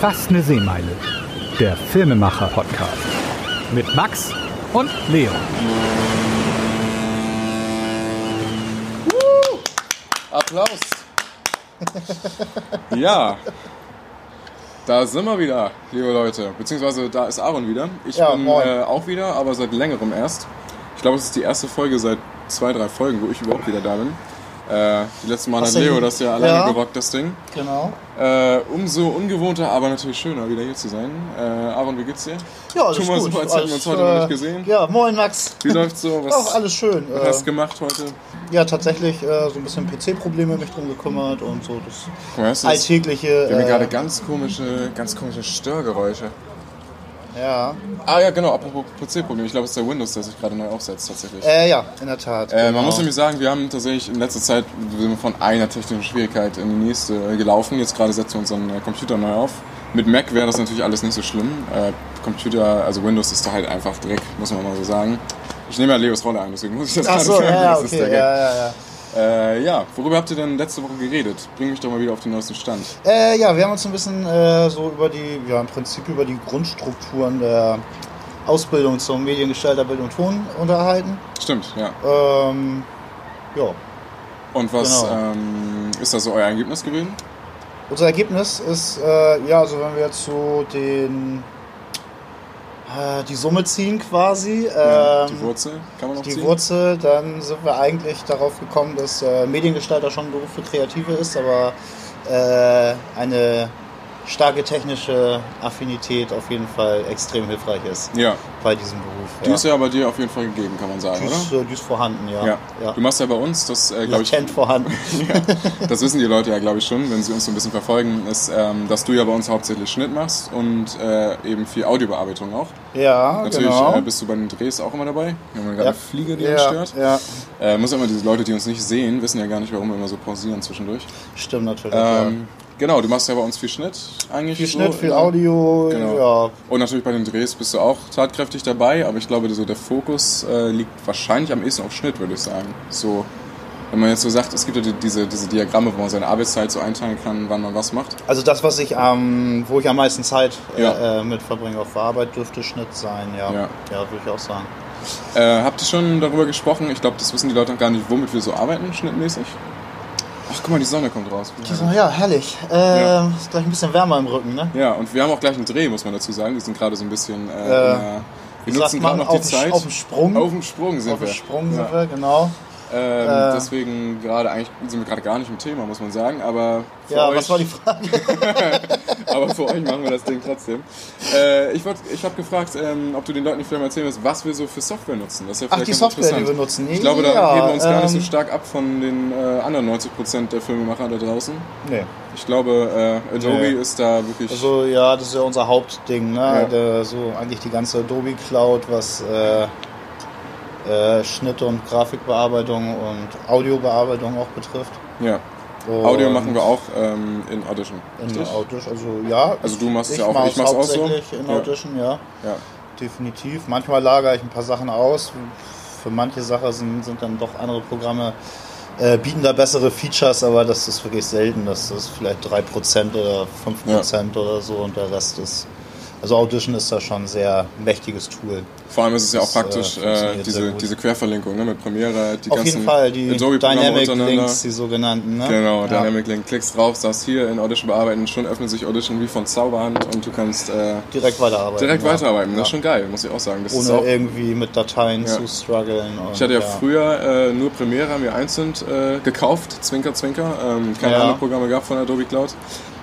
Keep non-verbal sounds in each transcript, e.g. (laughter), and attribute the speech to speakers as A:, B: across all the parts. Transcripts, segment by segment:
A: Fast eine Seemeile. Der Filmemacher-Podcast. Mit Max und Leo.
B: Applaus. (laughs) ja. Da sind wir wieder, liebe Leute. Beziehungsweise da ist Aaron wieder. Ich
C: Ja,
B: bin
C: moin.
B: äh, auch wieder, aber seit längerem erst. Ich glaube, es ist die erste Folge seit zwei, drei Folgen, wo ich überhaupt wieder da bin. Äh, die letzte Mal hat
C: du
B: Leo
C: ihn-
B: das ja alleine
C: Ja.
B: gerockt, das Ding.
C: Genau.
B: Äh, umso ungewohnter, aber natürlich schöner, wieder hier zu sein. Äh, Aaron, wie geht's dir?
C: Ja, alles
B: Tu mal
C: gut.
B: super, als hätten wir uns heute
C: Alles,
B: noch nicht
C: äh,
B: gesehen.
C: Ja, moin Max.
B: Wie läuft's so? Was
C: Auch alles schön.
B: was hast
C: Äh,
B: du gemacht heute?
C: ja, tatsächlich äh, so ein bisschen PC-Probleme mich drum gekümmert und so das
B: Guck mal, hast du das?
C: alltägliche.
B: Wir haben hier gerade
C: Äh,
B: ganz komische, ganz komische Störgeräusche.
C: ja.
B: Ah ja, genau, apropos PC-Problem. Ich glaube, es ist der Windows, der sich gerade neu aufsetzt tatsächlich.
C: Äh, ja, in der Tat.
B: Äh,
C: genau.
B: Man muss nämlich sagen, wir haben tatsächlich in letzter Zeit sind wir von einer technischen Schwierigkeit in die nächste äh, gelaufen. Jetzt gerade setzen wir unseren äh, Computer neu auf. Mit Mac wäre das natürlich alles nicht so schlimm. Äh, Computer, also Windows ist da halt einfach Dreck, muss man mal so sagen. Ich nehme ja Leos Rolle ein, deswegen muss ich (laughs) das
C: Ach
B: gerade
C: so,
B: sagen.
C: ja, ja,
B: das ist der
C: okay,
B: Gag.
C: ja, ja, ja.
B: Äh, ja, worüber habt ihr denn letzte Woche geredet? Bring mich doch mal wieder auf den neuesten Stand.
C: Äh, ja, wir haben uns ein bisschen äh, so über die, ja im Prinzip über die Grundstrukturen der Ausbildung zum Mediengestalter Bild und Ton unterhalten.
B: Stimmt, ja.
C: Ähm, ja.
B: Und was
C: Genau.
B: ähm, ist da so euer Ergebnis gewesen?
C: Unser Ergebnis ist, äh, ja, also wenn wir jetzt so den, äh, die Summe ziehen quasi,
B: Ja,
C: ähm,
B: die Wurzel kann man noch
C: die
B: ziehen?
C: Wurzel, dann sind wir eigentlich darauf gekommen, dass äh, Mediengestalter schon ein Beruf für Kreative ist, aber äh, eine starke technische Affinität auf jeden Fall extrem hilfreich ist
B: Ja,
C: bei diesem Beruf.
B: die ist ja bei dir auf jeden Fall gegeben, kann man sagen,
C: die,
B: oder?
C: ist, äh, die ist vorhanden, ja.
B: Ja.
C: ja.
B: Du machst ja bei uns, das äh, glaube ich,
C: Latent vorhanden.
B: (laughs) das wissen die Leute ja, glaube ich, schon, wenn sie uns so ein bisschen verfolgen, ist, ähm, dass du ja bei uns hauptsächlich Schnitt machst und äh, eben viel Audiobearbeitung auch.
C: ja,
B: Natürlich
C: genau.
B: äh, bist du bei den Drehs auch immer dabei. Wir haben ja gerade
C: Ja.
B: eine Fliege, die uns
C: ja,
B: stört.
C: ja,
B: Äh, muss ja immer diese Leute, die uns nicht sehen, wissen ja gar nicht, warum wir immer so pausieren zwischendurch.
C: stimmt natürlich. ja.
B: Ähm, genau, du machst ja bei uns viel Schnitt eigentlich.
C: Viel
B: so,
C: Schnitt, viel
B: ja.
C: Audio,
B: Genau.
C: ja.
B: Und natürlich bei den Drehs bist du auch tatkräftig dabei, aber ich glaube, so der Fokus äh, liegt wahrscheinlich am ehesten auf Schnitt, würde ich sagen. So, wenn man jetzt so sagt, es gibt ja die, diese, diese Diagramme, wo man seine Arbeitszeit so einteilen kann, wann man was macht.
C: Also das, was ich am, wo ich am meisten Zeit
B: Ja.
C: äh, äh, mit verbringe auf der Arbeit, dürfte Schnitt sein, ja.
B: Ja.
C: Ja, würde ich auch sagen.
B: Äh, habt ihr schon darüber gesprochen? Ich glaube, das wissen die Leute noch gar nicht, womit wir so arbeiten, schnittmäßig. Ach, guck mal, die Sonne kommt raus.
C: Also, ja, herrlich. Äh,
B: Ja.
C: Ist gleich ein bisschen wärmer im Rücken, ne?
B: Ja, und wir haben auch gleich einen Dreh, muss man dazu sagen. Wir sind gerade so ein bisschen. Äh,
C: Äh,
B: in der- wir
C: Wie sagt
B: nutzen gerade
C: man?
B: noch die
C: auf, dem-
B: Zeit.
C: Auf dem Sprung.
B: Auf dem Sprung sind
C: Auf
B: wir.
C: dem Sprung
B: ja.
C: sind wir, genau.
B: Ähm,
C: Äh.
B: Deswegen gerade eigentlich sind wir gerade gar nicht im Thema, muss man sagen. Aber für,
C: Ja,
B: euch,
C: was war die Frage?
B: (laughs) aber für euch machen wir das Ding trotzdem. Äh, ich wollt- ich habe gefragt, ähm, ob du den Leuten nicht vielleicht mal erzählen willst, was wir so für Software nutzen. Das ist ja
C: Ach,
B: vielleicht
C: die
B: ganz
C: Software, die wir
B: interessant.
C: nutzen.
B: Ich glaube, da
C: Ja,
B: heben wir uns gar nicht so
C: ähm,
B: stark ab von den äh, anderen 90% der Filmemacher da draußen.
C: Nee.
B: Ich glaube, äh, Adobe
C: Nee.
B: ist da wirklich.
C: Also ja, das ist ja unser Hauptding, ne?
B: Ja.
C: Der, so eigentlich die ganze Adobe Cloud, was äh, äh, Schnitt und Grafikbearbeitung und Audiobearbeitung auch betrifft.
B: ja.
C: Und
B: Audio machen wir auch ähm, in Audition.
C: in
B: richtig?
C: Audition. Also ja.
B: Also du machst es
C: ich
B: ja auch-
C: mach's
B: ich mach's auch so.
C: hauptsächlich in
B: Ja.
C: Audition, ja.
B: Ja.
C: definitiv. Manchmal lagere ich ein paar Sachen aus. Für manche Sachen sind, sind dann doch andere Programme äh, bieten da bessere Features, aber das ist wirklich selten. Das ist vielleicht 3% oder 5% oder so und der Rest ist. Also Audition ist da schon ein sehr mächtiges Tool.
B: Vor allem ist es ja auch
C: Das, äh,
B: praktisch, äh,
C: funktioniert sehr
B: diese,
C: gut.
B: diese Querverlinkung ne, mit Premiere, die
C: Auf
B: ganzen
C: jeden Fall die
B: Adobe-Programme
C: Dynamic
B: untereinander.
C: Links, die sogenannten. Ne?
B: Genau,
C: ja.
B: Dynamic Link. Klickst drauf, sagst hier in Audition bearbeiten, schon öffnet sich Audition wie von Zauberhand und du kannst äh,
C: Direkt weiterarbeiten.
B: direkt
C: ja.
B: weiterarbeiten. Das ist
C: Ja.
B: schon geil, muss ich auch sagen. Das ist
C: Ohne
B: auch,
C: irgendwie mit Dateien
B: Ja.
C: zu strugglen. Und,
B: ich hatte ja, früher äh, nur Premiere, haben wir einzeln äh, gekauft, Zwinker, Zwinker. Ähm, keine
C: Ja.
B: anderen Programme gab von Adobe Cloud.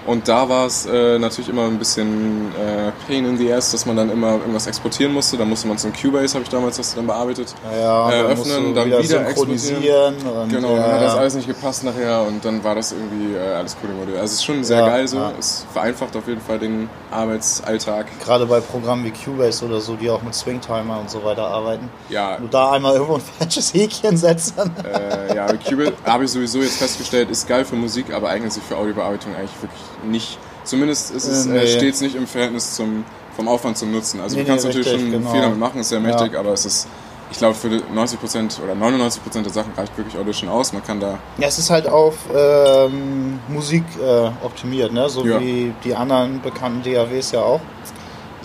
B: Und da war es äh, natürlich immer ein bisschen äh, Pain in the Ass, dass man dann immer irgendwas exportieren musste. Dann musste man zum Cubase, habe ich damals das dann bearbeitet.
C: ja,
B: äh,
C: dann musst
B: öffnen,
C: du
B: dann
C: wieder,
B: wieder
C: synchronisieren. Und, äh,
B: Genau,
C: ja,
B: dann hat das
C: ja.
B: alles nicht gepasst nachher und dann war das irgendwie äh, alles coole Modell. Also es ist schon sehr
C: Ja,
B: geil so,
C: ja.
B: es vereinfacht auf jeden Fall den Arbeitsalltag.
C: Gerade bei Programmen wie Cubase oder so, die auch mit Swingtimer und so weiter arbeiten.
B: Ja,
C: Wenn du da einmal irgendwo ein (laughs) falsches Häkchen setzt, dann
B: äh, ja Cubase (laughs) habe ich sowieso jetzt festgestellt, ist geil für Musik, aber eignet sich für Audiobearbeitung eigentlich wirklich nicht. Zumindest ist es,
C: Äh,
B: äh,
C: nee.
B: steht es nicht im Verhältnis zum, vom Aufwand zum Nutzen. Also
C: Nee,
B: du kannst
C: nee,
B: natürlich
C: richtig,
B: schon
C: genau.
B: viel damit machen, ist sehr mächtig,
C: Ja.
B: aber es ist ich glaube, für 90% oder 99% der Sachen reicht wirklich Audition aus. Man kann da
C: Ja, es ist halt auf ähm, Musik äh, optimiert, ne? so
B: Ja.
C: wie die anderen bekannten DAWs ja auch.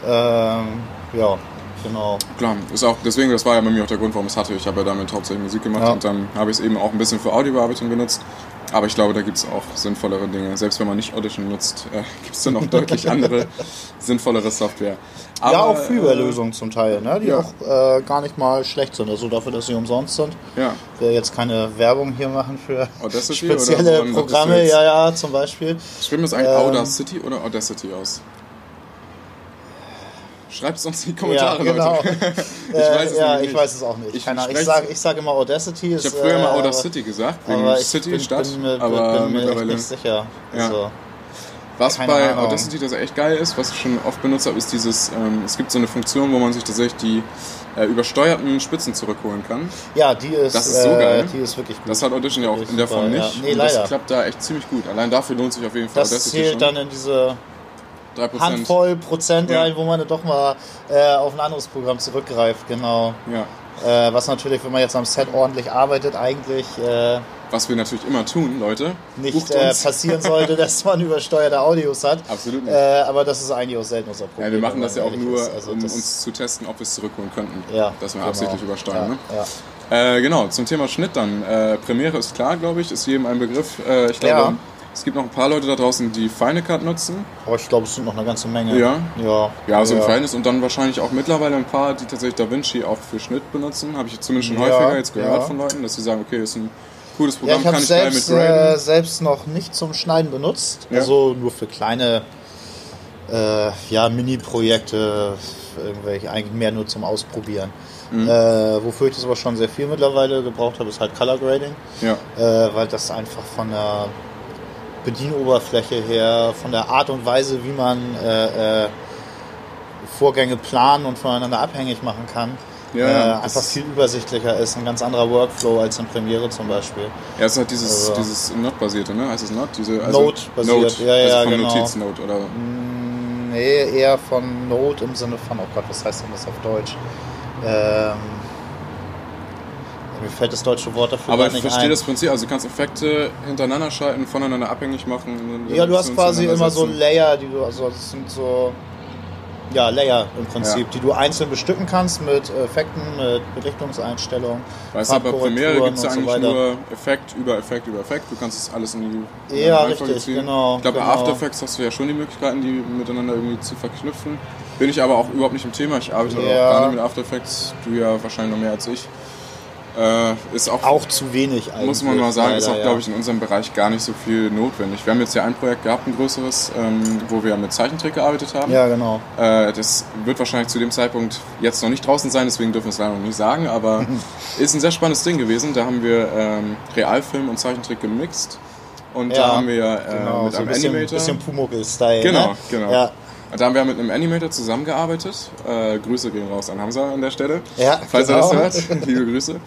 C: Ähm, ja, genau.
B: Klar, ist auch, deswegen, das war ja bei mir auch der Grund, warum ich es hatte. Ich habe ja damit hauptsächlich Musik gemacht
C: Ja.
B: und dann habe ich es eben auch ein bisschen für Audiobearbeitung benutzt. Aber ich glaube, da gibt es auch sinnvollere Dinge. Selbst wenn man nicht Audition nutzt, äh, (laughs) gibt es dann
C: (laughs)
B: auch deutlich andere sinnvollere Software. Aber,
C: ja, auch Freeware-Lösungen zum Teil, ne? die
B: ja.
C: auch äh, gar nicht mal schlecht sind. Also dafür, dass sie umsonst sind.
B: Äh, ja,
C: Ich will jetzt keine Werbung hier machen für
B: Audacity oder
C: spezielle
B: woran sagtest du
C: Programme,
B: jetzt?
C: ja, ja, zum (laughs) Beispiel.
B: schreiben wir es eigentlich
C: Ähm.
B: Audacity oder Audacity aus? Schreibt es uns in die Kommentare,
C: ja, genau. (laughs)
B: Leute. (laughs)
C: ich weiß es ja,
B: nämlich
C: ich
B: nicht.
C: weiß es auch nicht.
B: Ich
C: Ich, Keine Ahnung. ich
B: spreche-
C: sage ich sag immer Audacity.
B: Ich habe früher
C: äh,
B: mal
C: aber-
B: Audacity gesagt, wegen
C: aber ich
B: City
C: bin,
B: Stadt,
C: bin mir,
B: aber
C: bin mir echt
B: mittlerweile
C: nicht sicher.
B: Ja.
C: Also,
B: Was
C: Keine
B: bei
C: Ahnung.
B: Audacity das echt geil ist, was ich schon oft benutzt habe, ist dieses, ähm, es gibt so eine Funktion, wo man sich tatsächlich die äh, übersteuerten Spitzen zurückholen kann.
C: ja, die ist,
B: Das ist so geil.
C: Äh, die ist wirklich gut.
B: Das hat Audition ja auch
C: Wirklich
B: in der Form
C: super, ja.
B: nicht.
C: Nee,
B: und
C: leider.
B: Das klappt da echt ziemlich gut. Allein dafür lohnt sich auf jeden Fall
C: das zählt dann in diese
B: 3%.
C: Handvoll Prozent
B: Ja.
C: rein, wo man dann doch mal äh, auf ein anderes Programm zurückgreift, genau.
B: Ja.
C: Äh, was natürlich, wenn man jetzt am Set ordentlich arbeitet, eigentlich äh,
B: Was wir natürlich immer tun, Leute.
C: nicht
B: Bucht
C: äh,
B: uns. (laughs)
C: passieren sollte, dass man übersteuerte Audios hat.
B: Absolut nicht.
C: Äh, aber das ist eigentlich auch selten unser Problem.
B: ja, wir
C: wenn
B: machen das ja
C: man
B: auch
C: ehrlich
B: nur,
C: ist. Also
B: um
C: das-
B: uns zu testen, ob wir es zurückholen könnten.
C: ja,
B: Dass wir
C: genau.
B: absichtlich übersteuern. Ne?
C: Ja, ja.
B: Äh, genau, zum Thema Schnitt dann. Äh, Premiere ist klar, glaube ich, ist jedem ein Begriff. Äh, ich glaube,
C: Ja.
B: es gibt noch ein paar Leute da draußen, die Final Cut nutzen.
C: Aber ich glaube, es sind noch eine ganze Menge.
B: Ja?
C: Ja,
B: Ja, so im
C: ja.
B: Verhältnis. Und dann wahrscheinlich auch mittlerweile ein paar, die tatsächlich DaVinci auch für Schnitt benutzen. Habe ich zumindest schon
C: Ja,
B: häufiger jetzt gehört
C: ja.
B: von Leuten, dass sie sagen, okay, ist ein cooles
C: Ja,
B: Programm,
C: ich habe
B: kann
C: es
B: ich geil mit
C: selbst,
B: Raiden.
C: äh, selbst noch nicht zum Schneiden benutzt.
B: Ja.
C: Also nur für kleine äh, ja, Mini-Projekte, irgendwelche, eigentlich mehr nur zum Ausprobieren.
B: Mhm.
C: Äh, wofür ich das aber schon sehr viel mittlerweile gebraucht habe, ist halt Color Grading,
B: ja.
C: äh, weil das einfach von der Bedienoberfläche her, von der Art und Weise, wie man äh, äh, Vorgänge planen und voneinander abhängig machen kann,
B: Ja, ja,
C: äh,
B: das
C: einfach
B: ist-
C: viel übersichtlicher ist, ein ganz anderer Workflow als in Premiere zum Beispiel.
B: Ja, es ist halt dieses,
C: Also-
B: dieses Not-basierte, ne? Heißt es Not? Diese, also
C: Note-basiert,
B: Note,
C: ja,
B: also
C: ja,
B: vom
C: genau.
B: Notiz-Note oder
C: Nee, eher von Not im Sinne von, oh Gott, was heißt denn das auf Deutsch? Ähm, mir fällt das deutsche Wort dafür
B: Aber
C: gar
B: ich
C: nicht
B: verstehe
C: ein.
B: das Prinzip, also du kannst Effekte hintereinander schalten, voneinander abhängig machen.
C: ja, du hast quasi immer so
B: zueinander setzen.
C: Layer, die du, also das sind so, ja, Layer im Prinzip,
B: Ja.
C: die du einzeln bestücken kannst mit äh, Effekten, mit Belichtungseinstellungen.
B: Weißt du, bei Premiere
C: Farbkorrekturen
B: gibt es ja
C: und so
B: eigentlich
C: weiter.
B: nur Effekt über Effekt über Effekt. Du kannst es alles in die
C: Ja,
B: Reihenfolge
C: richtig, genau,
B: Ich glaube, bei
C: genau.
B: After Effects hast du ja schon die Möglichkeiten, die miteinander irgendwie zu verknüpfen. Bin ich aber auch überhaupt nicht im Thema. Ich arbeite
C: Ja.
B: auch gar nicht mit After Effects. Du ja wahrscheinlich noch mehr als ich. Äh, ist auch,
C: Auch zu wenig eigentlich.
B: muss man mal sagen, ist auch,
C: leider,
B: glaube ich, in unserem Bereich gar nicht so viel notwendig. Wir haben jetzt ja ein Projekt gehabt, ein größeres, ähm, wo wir mit Zeichentrick gearbeitet haben.
C: Ja, ja genau.
B: Äh, das wird wahrscheinlich zu dem Zeitpunkt jetzt noch nicht draußen sein, deswegen dürfen wir es leider noch nicht sagen,
C: (laughs)
B: aber ist ein sehr spannendes Ding gewesen. Da haben wir ähm, Realfilm und Zeichentrick gemixt und da
C: Ja,
B: haben wir äh,
C: Genau,
B: mit
C: so ein
B: einem
C: bisschen,
B: Animator.
C: bisschen Pumuckl-Style.
B: Genau,
C: ne?
B: genau.
C: Ja,
B: Da haben wir mit einem Animator zusammengearbeitet. Äh, Grüße gehen raus an Hamza an der Stelle.
C: Ja,
B: falls
C: genau.
B: er das
C: (laughs)
B: hört. Liebe Grüße.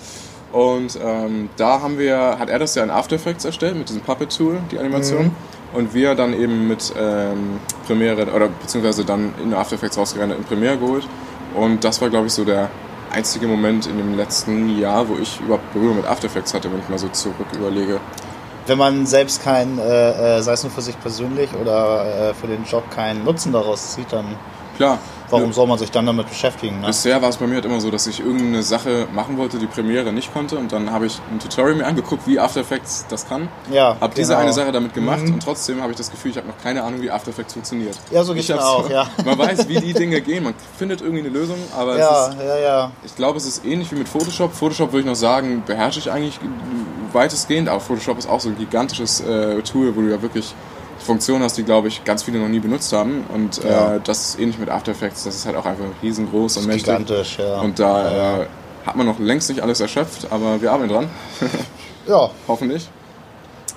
B: Und ähm, da haben wir, hat er das ja in After Effects erstellt mit diesem Puppet Tool, die Animation.
C: Mhm.
B: Und wir dann eben mit ähm, Premiere oder beziehungsweise dann in After Effects rausgerendert in Premiere geholt. Und das war, glaube ich, so der einzige Moment in dem letzten Jahr, wo ich überhaupt Berührung mit After Effects hatte, wenn ich mal so zurück überlege.
C: wenn man selbst kein, äh, äh, sei es nur für sich persönlich oder äh, für den Job keinen Nutzen daraus zieht, dann
B: Klar.
C: warum soll man sich dann damit beschäftigen? Ne?
B: Bisher war es bei mir halt immer so, dass ich irgendeine Sache machen wollte, die Premiere nicht konnte. Und dann habe ich ein Tutorial mir angeguckt, wie After Effects das kann.
C: Ja,
B: Habe diese
C: genau.
B: eine Sache damit gemacht und trotzdem habe ich das Gefühl, ich habe noch keine Ahnung, wie After Effects funktioniert.
C: Ja, so geht's
B: Ich hab's-
C: mir auch, ja.
B: (laughs) Man weiß, wie die Dinge gehen, man findet irgendwie eine Lösung, aber
C: Ja,
B: es ist,
C: ja, ja.
B: ich glaube, es ist ähnlich wie mit Photoshop. Photoshop würde ich noch sagen, beherrsche ich eigentlich weitestgehend, aber Photoshop ist auch so ein gigantisches äh, Tool, wo du ja wirklich Funktionen hast, die, glaube ich, ganz viele noch nie benutzt haben. Und
C: Ja.
B: äh, das ist ähnlich mit After Effects, das ist halt auch einfach riesengroß und mächtig.
C: Gigantisch, ja.
B: Und da äh, hat man noch längst nicht alles erschöpft, aber wir arbeiten dran,
C: ja,
B: hoffentlich.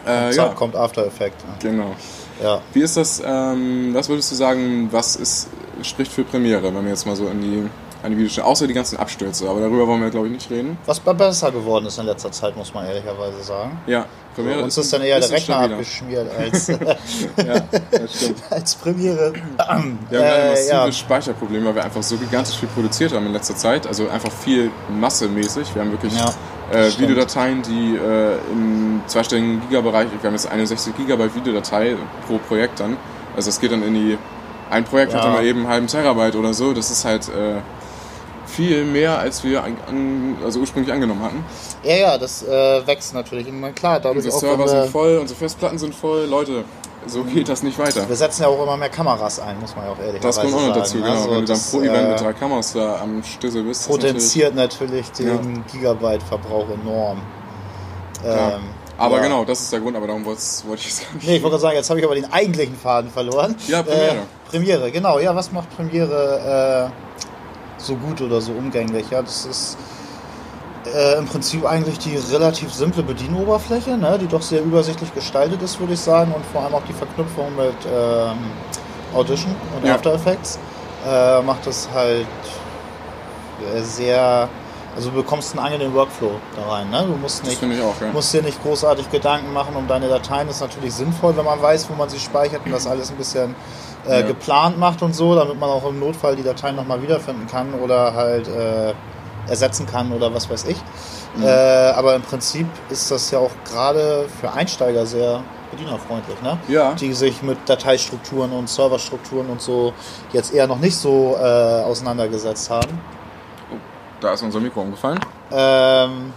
B: Äh,
C: so
B: ja,
C: kommt After Effect.
B: genau.
C: Ja.
B: Wie ist das, ähm, was würdest du sagen, was ist, spricht für Premiere, wenn wir jetzt mal so in die an die Videostelle, außer die ganzen Abstürze, aber darüber wollen wir, glaube ich, nicht reden.
C: Was besser geworden ist in letzter Zeit, muss man ehrlicherweise sagen.
B: Ja,
C: Bei
B: Premiere
C: uns
B: ein
C: ist dann eher der
B: bisschen
C: Rechner
B: stabiler.
C: abgeschmiert als,
B: (laughs)
C: (laughs)
B: Ja, das stimmt.
C: als Premiere.
B: Wir haben gerade
C: Äh,
B: massive
C: ja.
B: Speicherprobleme, weil wir einfach so gigantisch viel produziert haben in letzter Zeit. Also einfach viel massemäßig. Wir haben wirklich
C: Ja,
B: äh,
C: das stimmt.
B: Videodateien, die äh, im zweistelligen Gigabereich, wir haben jetzt 61 Gigabyte Videodatei pro Projekt dann. Also das geht dann in die, ein Projekt hat
C: Ja.
B: dann mal eben einen halben Terabyte oder so. Das ist halt äh, viel mehr, als wir an, an, also ursprünglich angenommen hatten.
C: Ja, ja, das äh, wächst natürlich. Und klar, dadurch
B: Unsere
C: auch, wenn
B: Server sind
C: wir,
B: voll, unsere Festplatten sind voll. Leute, so geht das nicht weiter.
C: wir setzen ja auch immer mehr Kameras ein, muss man ja auch
B: Das
C: ehrlicherweise
B: kommt
C: sagen.
B: auch noch dazu, genau.
C: Also
B: Wenn du dann
C: das,
B: pro Event
C: äh,
B: mit drei Kameras da am Stüssel bist, ist natürlich-
C: potenziert natürlich den Gigabyte-Verbrauch enorm.
B: Ja.
C: Ähm,
B: Aber
C: ja.
B: genau, das ist der Grund, aber darum wollt's- wollte ich es gar nicht.
C: (laughs) Nee, ich wollte gerade sagen, jetzt habe ich aber den eigentlichen Faden verloren.
B: Ja, Premiere.
C: Äh, Premiere, genau. Ja, was macht Premiere äh, so gut oder so umgänglich? Ja, das ist äh, im Prinzip eigentlich die relativ simple Bedienoberfläche, ne, die doch sehr übersichtlich gestaltet ist, würde ich sagen. Und vor allem auch die Verknüpfung mit ähm, Audition und
B: Ja.
C: After Effects äh, macht es halt äh, sehr. Also du bekommst einen angenehmen Workflow da rein. Ne? Du musst
B: Das
C: nicht
B: finde ich auch, ja.
C: musst dir nicht großartig Gedanken machen um deine Dateien. Das ist natürlich sinnvoll, wenn man weiß, wo man sie speichert und das alles ein bisschen äh,
B: Ja.
C: geplant macht und so, damit man auch im Notfall die Dateien nochmal wiederfinden kann oder halt äh, ersetzen kann oder was weiß ich.
B: Mhm.
C: Äh, aber im Prinzip ist das ja auch gerade für Einsteiger sehr bedienerfreundlich, ne?
B: Ja,
C: die sich mit Dateistrukturen und Serverstrukturen und so jetzt eher noch nicht so äh, auseinandergesetzt haben.
B: da ist unser Mikro umgefallen.
C: Ähm,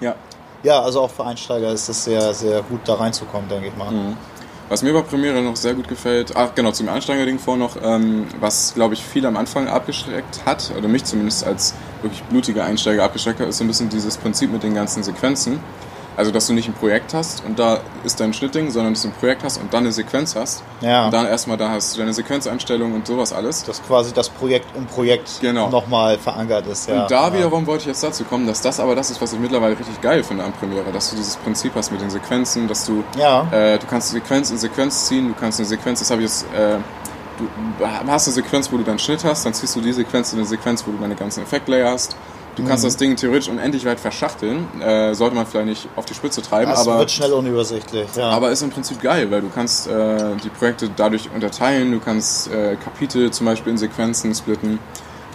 B: Ja.
C: ja, also auch für Einsteiger ist das sehr, sehr gut da reinzukommen, denke ich mal.
B: Mhm. Was mir bei Premiere noch sehr gut gefällt, ach genau, zum Einsteigerding vor noch, ähm, was glaube ich viel am Anfang abgeschreckt hat, oder mich zumindest als wirklich blutiger Einsteiger abgeschreckt hat, ist so ein bisschen dieses Prinzip mit den ganzen Sequenzen. Also, dass du nicht ein Projekt hast und da ist dein Schnittding, sondern dass du ein Projekt hast und dann eine Sequenz hast.
C: Ja,
B: Und dann erstmal da hast du deine Sequenzeinstellung und sowas alles.
C: dass quasi das Projekt im Projekt
B: Genau.
C: nochmal verankert ist. Ja. genau.
B: Und da
C: ja.
B: wiederum wollte ich jetzt dazu kommen, dass das aber das ist, was ich mittlerweile richtig geil finde an Premiere, dass du dieses Prinzip hast mit den Sequenzen, dass du,
C: Ja,
B: äh, du kannst Sequenz in Sequenz ziehen, du kannst eine Sequenz, das habe ich jetzt, äh, du hast eine Sequenz, wo du deinen Schnitt hast, dann ziehst du die Sequenz in eine Sequenz, wo du deine ganzen Effektlayer hast. Du kannst
C: Mhm.
B: das Ding theoretisch unendlich weit verschachteln, äh, sollte man vielleicht nicht auf die Spitze treiben,
C: das
B: aber...
C: wird schnell unübersichtlich. Ja.
B: Aber ist im Prinzip geil, weil du kannst äh, die Projekte dadurch unterteilen, du kannst äh, Kapitel zum Beispiel in Sequenzen splitten,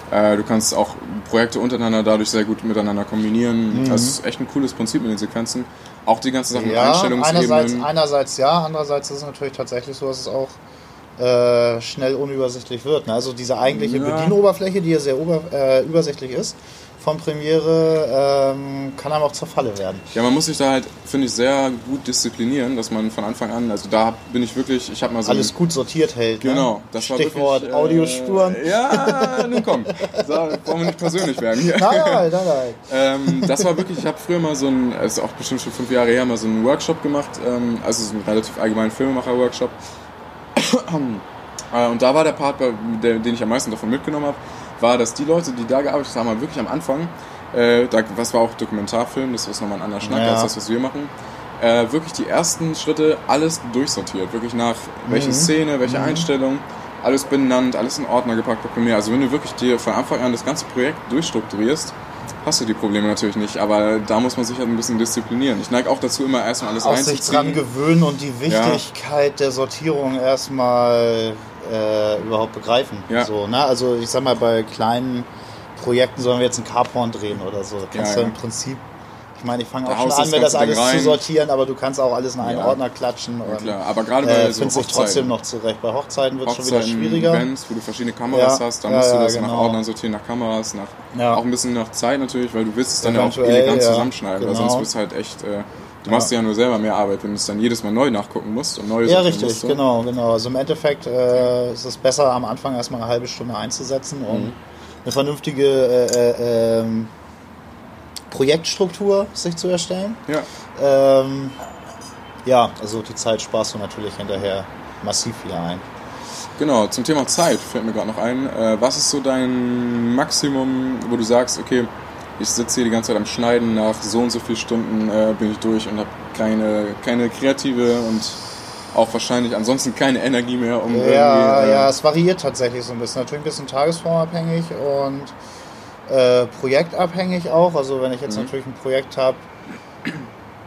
B: äh, du kannst auch Projekte untereinander dadurch sehr gut miteinander
C: Mhm.
B: kombinieren. Das ist echt ein cooles Prinzip mit den Sequenzen. Auch die ganze Sache mit
C: ja, einerseits,
B: Einstellungsebenen.
C: einerseits ja, andererseits ist es natürlich tatsächlich so, dass es auch äh, schnell unübersichtlich wird. Ne? Also diese eigentliche
B: Ja.
C: Bedienoberfläche, die ja sehr ober, äh, übersichtlich ist, von Premiere ähm, kann einem auch zur Falle werden.
B: Ja, man muss sich da halt, finde ich, sehr gut disziplinieren, dass man von Anfang an, also da bin ich wirklich, ich habe mal so
C: Alles gut sortiert hält.
B: Genau,
C: ne?
B: das war
C: Stichwort
B: wirklich,
C: Audiospuren.
B: Äh, ja, nun
C: (laughs)
B: komm. So, wollen wir nicht persönlich werden hier.
C: Nein, nein, nein, nein.
B: ähm, das war wirklich, ich habe früher mal so ein, ist auch bestimmt schon fünf Jahre her, mal so einen Workshop gemacht, ähm, also so einen relativ allgemeinen Filmemacher-Workshop. äh, und da war der Part, bei- der, den ich am meisten davon mitgenommen habe, war, dass die Leute, die da gearbeitet haben, haben wirklich am Anfang, äh, da, was war auch Dokumentarfilm, das ist nochmal ein anderer Schnack
C: Ja.
B: als das, was wir machen, äh, wirklich die ersten Schritte alles durchsortiert, wirklich nach welche
C: Mhm.
B: Szene, welche Einstellung, alles benannt, alles in Ordner gepackt bei Premiere. Also wenn du wirklich dir von Anfang an das ganze Projekt durchstrukturierst, hast du die Probleme natürlich nicht, aber da muss man sich halt ein bisschen disziplinieren. Ich neige auch dazu, immer erstmal alles
C: Auch sich dran
B: reinzuziehen.
C: gewöhnen und die Wichtigkeit der Sortierung erstmal äh, überhaupt begreifen.
B: Ja.
C: So, ne? Also ich sag mal, bei kleinen Projekten sollen wir jetzt einen Carporn drehen oder so. Da kannst
B: Ja,
C: du
B: ja.
C: im Prinzip, ich meine, ich fange
B: Da
C: auch schon
B: haust
C: an,
B: du
C: mir
B: das
C: das
B: ganze Ding
C: alles zu
B: rein.
C: sortieren, aber du kannst auch alles in einen
B: Ja.
C: Ordner klatschen und
B: Klar, aber gerade bei
C: äh,
B: so
C: findest dich
B: Hochzeiten,
C: trotzdem noch zurecht. Bei Hochzeiten wird es schon wieder
B: Hochzeiten,
C: schwieriger.
B: Events, wo du verschiedene Kameras
C: Ja,
B: hast, da
C: ja,
B: musst du
C: ja,
B: das nach
C: genau.
B: Ordnern sortieren, nach Kameras, nach
C: Ja.
B: auch ein bisschen nach Zeit natürlich, weil du willst es dann ja auch
C: Eventuell,
B: elegant
C: ja.
B: zusammenschneiden, weil
C: Genau.
B: sonst wird es halt echt, äh, du machst dir ja nur selber mehr Arbeit, wenn du es dann jedes Mal neu nachgucken musst und neu
C: Ja,
B: sortieren
C: richtig,
B: musst, so.
C: genau, genau. Also im Endeffekt äh, ist es besser, am Anfang erstmal eine halbe Stunde einzusetzen, um
B: Mhm.
C: eine vernünftige äh, äh, ähm, Projektstruktur sich zu erstellen.
B: Ja,
C: Ähm, ja, also die Zeit sparst du natürlich hinterher massiv wieder ein.
B: genau. Zum Thema Zeit fällt mir gerade noch ein. Äh, was ist so dein Maximum, wo du sagst, okay, ich sitze hier die ganze Zeit am Schneiden, nach so und so vielen Stunden äh, bin ich durch und habe keine, keine kreative und auch wahrscheinlich ansonsten keine Energie mehr, um
C: Ja,
B: irgendwie... äh,
C: ja, es variiert tatsächlich so ein bisschen. Natürlich ein bisschen tagesformabhängig und äh, projektabhängig auch. Also wenn ich jetzt
B: Mhm.
C: natürlich ein Projekt habe,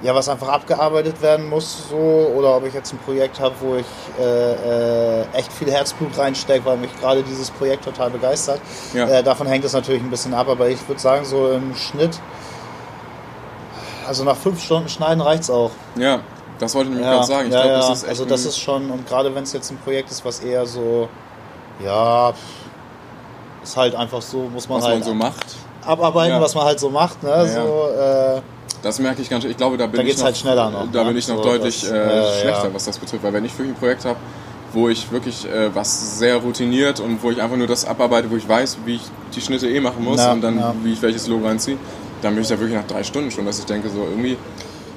C: ja, was einfach abgearbeitet werden muss, so, oder ob ich jetzt ein Projekt habe, wo ich äh, äh, echt viel Herzblut reinstecke, weil mich gerade dieses Projekt total begeistert.
B: Ja.
C: Äh, davon hängt es natürlich ein bisschen ab, aber ich würde sagen, so im Schnitt, also nach fünf Stunden Schneiden reicht's auch.
B: Ja, das wollte ich nämlich gerade sagen. Ich
C: ja,
B: glaube,
C: ja.
B: das ist echt
C: also das
B: ein-
C: ist schon, und gerade wenn es jetzt ein Projekt ist, was eher so, ja, pff, ist halt einfach so, muss man
B: was
C: halt
B: man so macht.
C: abarbeiten,
B: Ja.
C: was man halt so macht, ne?
B: Ja,
C: so, äh,
B: Das merke ich ganz. Ich glaube, da bin
C: Da
B: ich
C: geht's
B: noch,
C: halt schneller noch,
B: Da
C: ne?
B: bin ich noch
C: So,
B: deutlich
C: das-
B: äh,
C: ja, ja.
B: schlechter, was das betrifft. Weil wenn ich wirklich ein Projekt habe, wo ich wirklich äh, was sehr routiniert und wo ich einfach nur das abarbeite, wo ich weiß, wie ich die Schnitte eh machen muss
C: Ja,
B: und dann
C: ja.
B: wie ich welches Logo reinziehe, dann bin ich da wirklich nach drei Stunden schon, dass ich denke so irgendwie.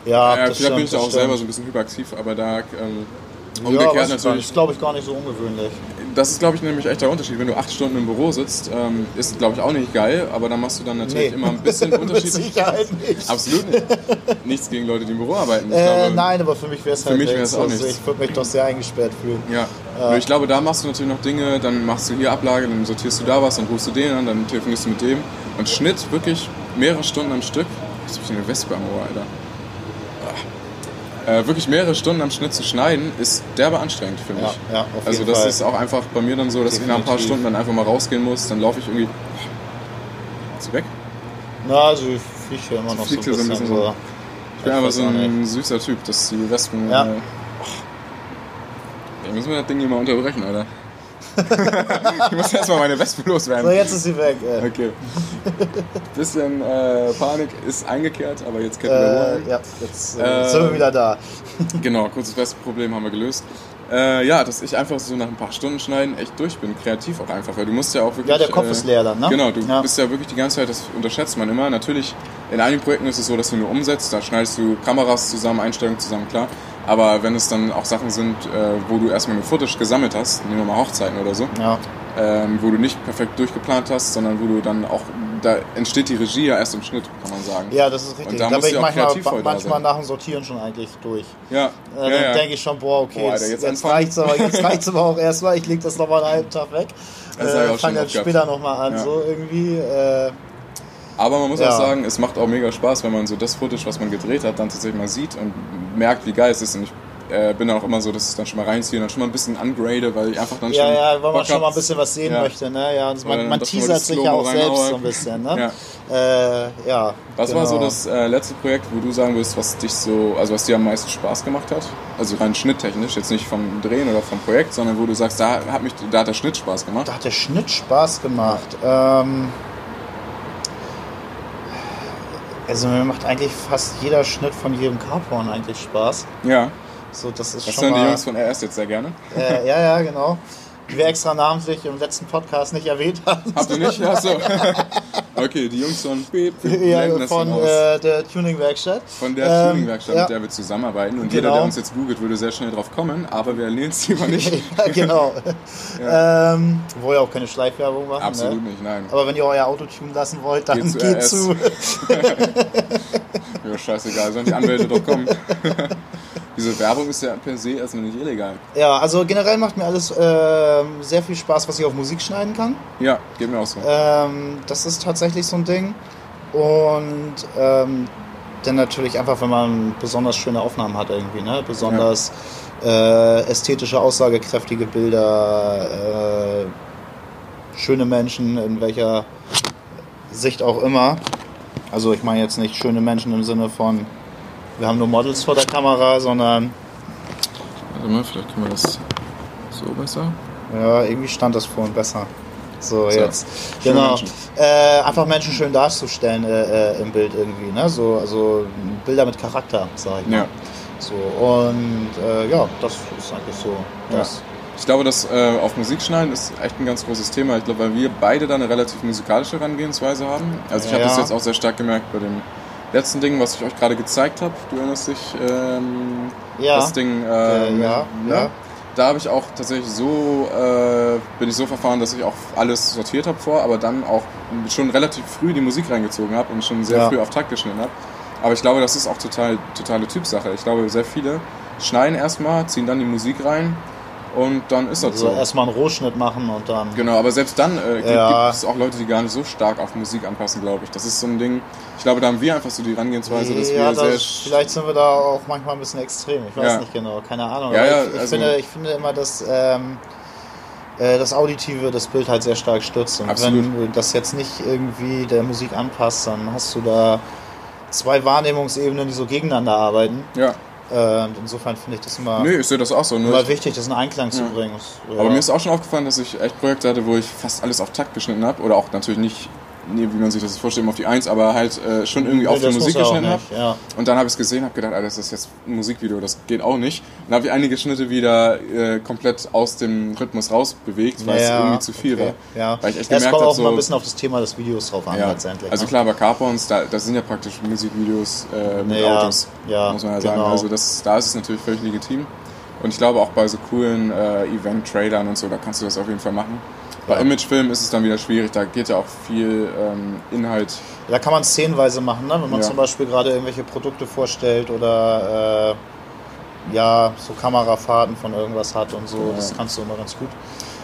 C: ja,
B: ja, vielleicht bin
C: das stimmt,
B: ich da
C: das
B: auch
C: stimmt.
B: selber so ein bisschen hyperaktiv, aber da ähm,
C: ja,
B: umgekehrt
C: aber das
B: natürlich.
C: ist, glaube ich, gar nicht so ungewöhnlich.
B: Das ist, glaube ich, nämlich echt der Unterschied. Wenn du acht Stunden im Büro sitzt, ähm, ist, glaube ich, auch nicht geil, aber dann machst du dann natürlich
C: Nee.
B: immer ein bisschen
C: (laughs) Mit
B: Unterschied.
C: Sicherheit nicht.
B: Absolut nicht. Nichts gegen Leute, die im Büro arbeiten. Ich
C: Äh,
B: glaube,
C: nein, aber für mich wäre es
B: Für
C: halt
B: mich
C: nichts.
B: wär's auch
C: also
B: nichts.
C: Ich würde mich doch sehr eingesperrt fühlen.
B: Ja.
C: Äh,
B: Nur Ich glaube, da machst du natürlich noch Dinge, dann machst du hier Ablage, dann sortierst du da was, dann rufst du den an, dann telefonierst du mit dem. Und Schnitt wirklich mehrere Stunden am Stück. Was ist eine Wespe am Ohr, Alter? Ah. Äh, wirklich mehrere Stunden am Schnitt zu schneiden, ist derbe anstrengend, finde
C: Ja,
B: ich.
C: ja, auf
B: also
C: jeden
B: das
C: Fall.
B: ist auch einfach bei mir dann so, dass ich nach ein paar
C: Definitiv.
B: Stunden dann einfach mal rausgehen muss, dann laufe ich irgendwie. Ist sie weg?
C: Na, also ich fliege hier immer noch so ein
B: Fliegt hier
C: bisschen. so.
B: Ich bin einfach
C: weiß
B: so
C: auch
B: ein süßer Typ, dass die Wespen.
C: Ja.
B: Äh, ach. Ey, müssen wir das Ding hier mal unterbrechen,
C: (laughs)
B: Alter. ich muss erstmal meine Wespen
C: So,
B: loswerden.
C: jetzt ist sie weg. Äh,
B: Okay. Bisschen äh, Panik ist eingekehrt, aber jetzt kennen wir
C: äh,
B: wohl.
C: ja, jetzt äh,
B: Äh,
C: sind wir wieder da.
B: Genau, kurzes Wespenproblem haben wir gelöst. Äh, ja, dass ich einfach so nach ein paar Stunden schneiden echt durch bin, kreativ auch einfach, weil du musst ja auch wirklich.
C: Ja, der Kopf ist leer dann, ne?
B: Genau, du
C: Ja.
B: bist ja wirklich die ganze Zeit, das unterschätzt man immer. Natürlich, in einigen Projekten ist es so, dass du nur umsetzt, da schneidest du Kameras zusammen, Einstellungen zusammen, klar. Aber wenn es dann auch Sachen sind, äh, wo du erstmal nur Footage gesammelt hast, nehmen wir mal Hochzeiten oder so,
C: Ja,
B: ähm, wo du nicht perfekt durchgeplant hast, sondern wo du dann auch, da entsteht die Regie ja erst im Schnitt, kann man sagen.
C: ja, das ist richtig.
B: da musst
C: bin
B: du
C: ich
B: ja auch kreativ
C: manchmal,
B: heute da
C: manchmal
B: sein.
C: nach dem Sortieren schon eigentlich durch.
B: ja,
C: Äh,
B: ja,
C: dann
B: ja.
C: denke ich schon, boah, okay,
B: Boah, Alter,
C: jetzt,
B: jetzt
C: jetzt
B: anfangen.
C: reicht's
B: (laughs)
C: aber, jetzt reicht's aber auch erstmal. Ich lege das nochmal einen halben Tag weg.
B: Das hab ich auch
C: Äh,
B: schon
C: Fange dann
B: oft gehabt.
C: später nochmal an,
B: Ja.
C: so irgendwie. Äh,
B: Aber man muss
C: Ja.
B: auch sagen, es macht auch mega Spaß, wenn man so das Footage, was man gedreht hat, dann tatsächlich mal sieht und merkt, wie geil es ist. Und ich äh, bin dann auch immer so, dass ich dann schon mal reinziehe und dann schon mal ein bisschen ungrade, weil ich einfach dann schon.
C: Ja, ja, weil man
B: Bock
C: schon
B: hab.
C: mal ein bisschen was sehen
B: Ja.
C: möchte. Ne? Ja, und
B: Weil
C: man man
B: das nur
C: teasert
B: die
C: sich ja auch
B: Slow-Mo
C: selbst
B: reinhaut.
C: so ein bisschen. Ne? Ja. Äh, ja
B: Was war so
C: genau.
B: das äh, letzte Projekt, wo du sagen würdest, was dich so, also was dir am meisten Spaß gemacht hat? Also rein schnitttechnisch, jetzt nicht vom Drehen oder vom Projekt, sondern wo du sagst, da hat mich, da hat der Schnitt Spaß gemacht.
C: Da hat der Schnitt Spaß gemacht. Ähm, also mir macht eigentlich fast jeder Schnitt von jedem Carporn eigentlich Spaß.
B: Ja,
C: So, das ist
B: das
C: schon
B: hören die
C: mal,
B: Jungs von RS jetzt sehr gerne.
C: äh, Ja, ja, genau. Die wir extra namentlich im letzten Podcast nicht erwähnt haben.
B: Habt ihr nicht? Ja, so. Okay, die Jungs von Beep, wir blenden
C: (laughs) Ja,
B: das
C: von
B: dann aus.
C: äh, der Tuning-Werkstatt.
B: Von der
C: Ähm,
B: Tuning-Werkstatt,
C: ja.
B: mit
C: (laughs)
B: der wir zusammenarbeiten. Und
C: Genau.
B: jeder, der uns jetzt googelt, würde sehr schnell drauf kommen, aber wir erlehnen es lieber
C: (laughs)
B: nicht.
C: ja,
B: (laughs)
C: genau. Ähm, wo ihr auch keine Schleifwerbung machen.
B: Absolut
C: ne?
B: nicht, nein.
C: Aber wenn ihr euer Auto tunen lassen wollt, dann
B: Geht
C: geht,
B: zu RS.
C: zu.
B: Ja, scheißegal, sollen die Anwälte doch
C: (laughs)
B: kommen. Diese Werbung ist ja per se erstmal nicht illegal.
C: Ja, also generell macht mir alles ähm, sehr viel Spaß, was ich auf Musik schneiden kann.
B: Ja, geht mir auch so.
C: Ähm, das ist tatsächlich so ein Ding. Und ähm, dann natürlich einfach, wenn man besonders schöne Aufnahmen hat irgendwie, ne? Besonders äh, ästhetische, aussagekräftige Bilder, äh, schöne Menschen, in welcher Sicht auch immer. Also ich meine jetzt nicht schöne Menschen im Sinne von, wir haben nur Models vor der Kamera, sondern
B: Warte mal, vielleicht können wir das so besser.
C: Ja, irgendwie stand das vorhin besser. So,
B: So,
C: jetzt.
B: schöne
C: Genau.
B: Menschen.
C: Äh, einfach Menschen schön darzustellen äh, äh, im Bild irgendwie, ne? So, also Bilder mit Charakter, sag ich mal.
B: Ja.
C: So, und äh, ja, das ist eigentlich so.
B: Ja.
C: Das.
B: Ich glaube, das äh, auf Musik schneiden ist echt ein ganz großes Thema. Ich glaube, weil wir beide da eine relativ musikalische Herangehensweise haben. Also ich habe
C: Ja.
B: das jetzt auch sehr stark gemerkt bei dem letzten Ding, was ich euch gerade gezeigt habe. Du erinnerst dich, ähm,
C: Ja.
B: das Ding.
C: Äh,
B: ähm,
C: ja,
B: ne?
C: ja.
B: Da habe ich auch tatsächlich so, äh, bin ich so verfahren, dass ich auch alles sortiert habe vor, aber dann auch schon relativ früh die Musik reingezogen habe und schon sehr
C: Ja.
B: früh auf Takt geschnitten habe. Aber ich glaube, das ist auch total, totale Typsache. Ich glaube, sehr viele schneiden erstmal, ziehen dann die Musik rein und dann ist das
C: Also
B: so.
C: erstmal einen Rohschnitt machen und dann.
B: Genau, aber selbst dann äh, gibt-
C: Ja.
B: gibt es auch Leute, die gar nicht so stark auf Musik anpassen, glaube ich. Das ist so ein Ding. Ich glaube, da haben wir einfach so die Herangehensweise, dass
C: ja,
B: wir sehr.
C: das, vielleicht sind wir da auch manchmal ein bisschen extrem. Ich weiß
B: Ja.
C: nicht genau, keine Ahnung.
B: Ja,
C: Aber
B: ja,
C: ich, ich,
B: also-
C: finde, ich finde immer, dass ähm, äh, das Auditive das Bild halt sehr stark stützt. Und
B: Absolut.
C: wenn du das jetzt nicht irgendwie der Musik anpasst, dann hast du da zwei Wahrnehmungsebenen, die so gegeneinander arbeiten.
B: ja,
C: Äh, und insofern finde ich das immer,
B: nee, ich sehe das auch so. Nur
C: immer
B: ich,
C: wichtig, das in Einklang zu
B: Ja.
C: bringen. Das, ja.
B: aber mir ist auch schon aufgefallen, dass ich echt Projekte hatte, wo ich fast alles auf Takt geschnitten habe. Oder auch natürlich nicht, nee, wie man sich das vorstellt, immer auf die Eins, aber halt äh, schon irgendwie
C: Nee,
B: auf die
C: das muss
B: Musik
C: ja auch
B: geschnitten habe.
C: nicht, Ja.
B: Und dann habe ich es gesehen, habe gedacht, Alter, das ist jetzt ein Musikvideo, das geht auch nicht. Und habe ich einige Schnitte wieder äh, komplett aus dem Rhythmus rausbewegt, weil es
C: Ja,
B: irgendwie zu viel
C: okay.
B: war.
C: Ja.
B: Weil ich echt
C: Ja, es
B: gemerkt
C: kommt
B: habe,
C: auch mal
B: so,
C: ein bisschen auf das Thema des Videos drauf an,
B: Ja.
C: letztendlich.
B: Also
C: ne?
B: klar, bei Carporns, da, das sind ja praktisch Musikvideos äh, mit
C: Ja,
B: Autos,
C: ja,
B: muss man ja sagen.
C: genau.
B: Also das, da ist es natürlich völlig legitim. Und ich glaube auch bei so coolen äh, Event-Trailern und so, da kannst du das auf jeden Fall machen. Bei
C: Ja.
B: Imagefilmen ist es dann wieder schwierig, da geht ja auch viel ähm, Inhalt.
C: Da kann man es szenenweise machen, ne? wenn man
B: Ja.
C: zum Beispiel gerade irgendwelche Produkte vorstellt oder äh, ja, so Kamerafahrten von irgendwas hat und so.
B: Ja.
C: Das kannst du immer ganz gut.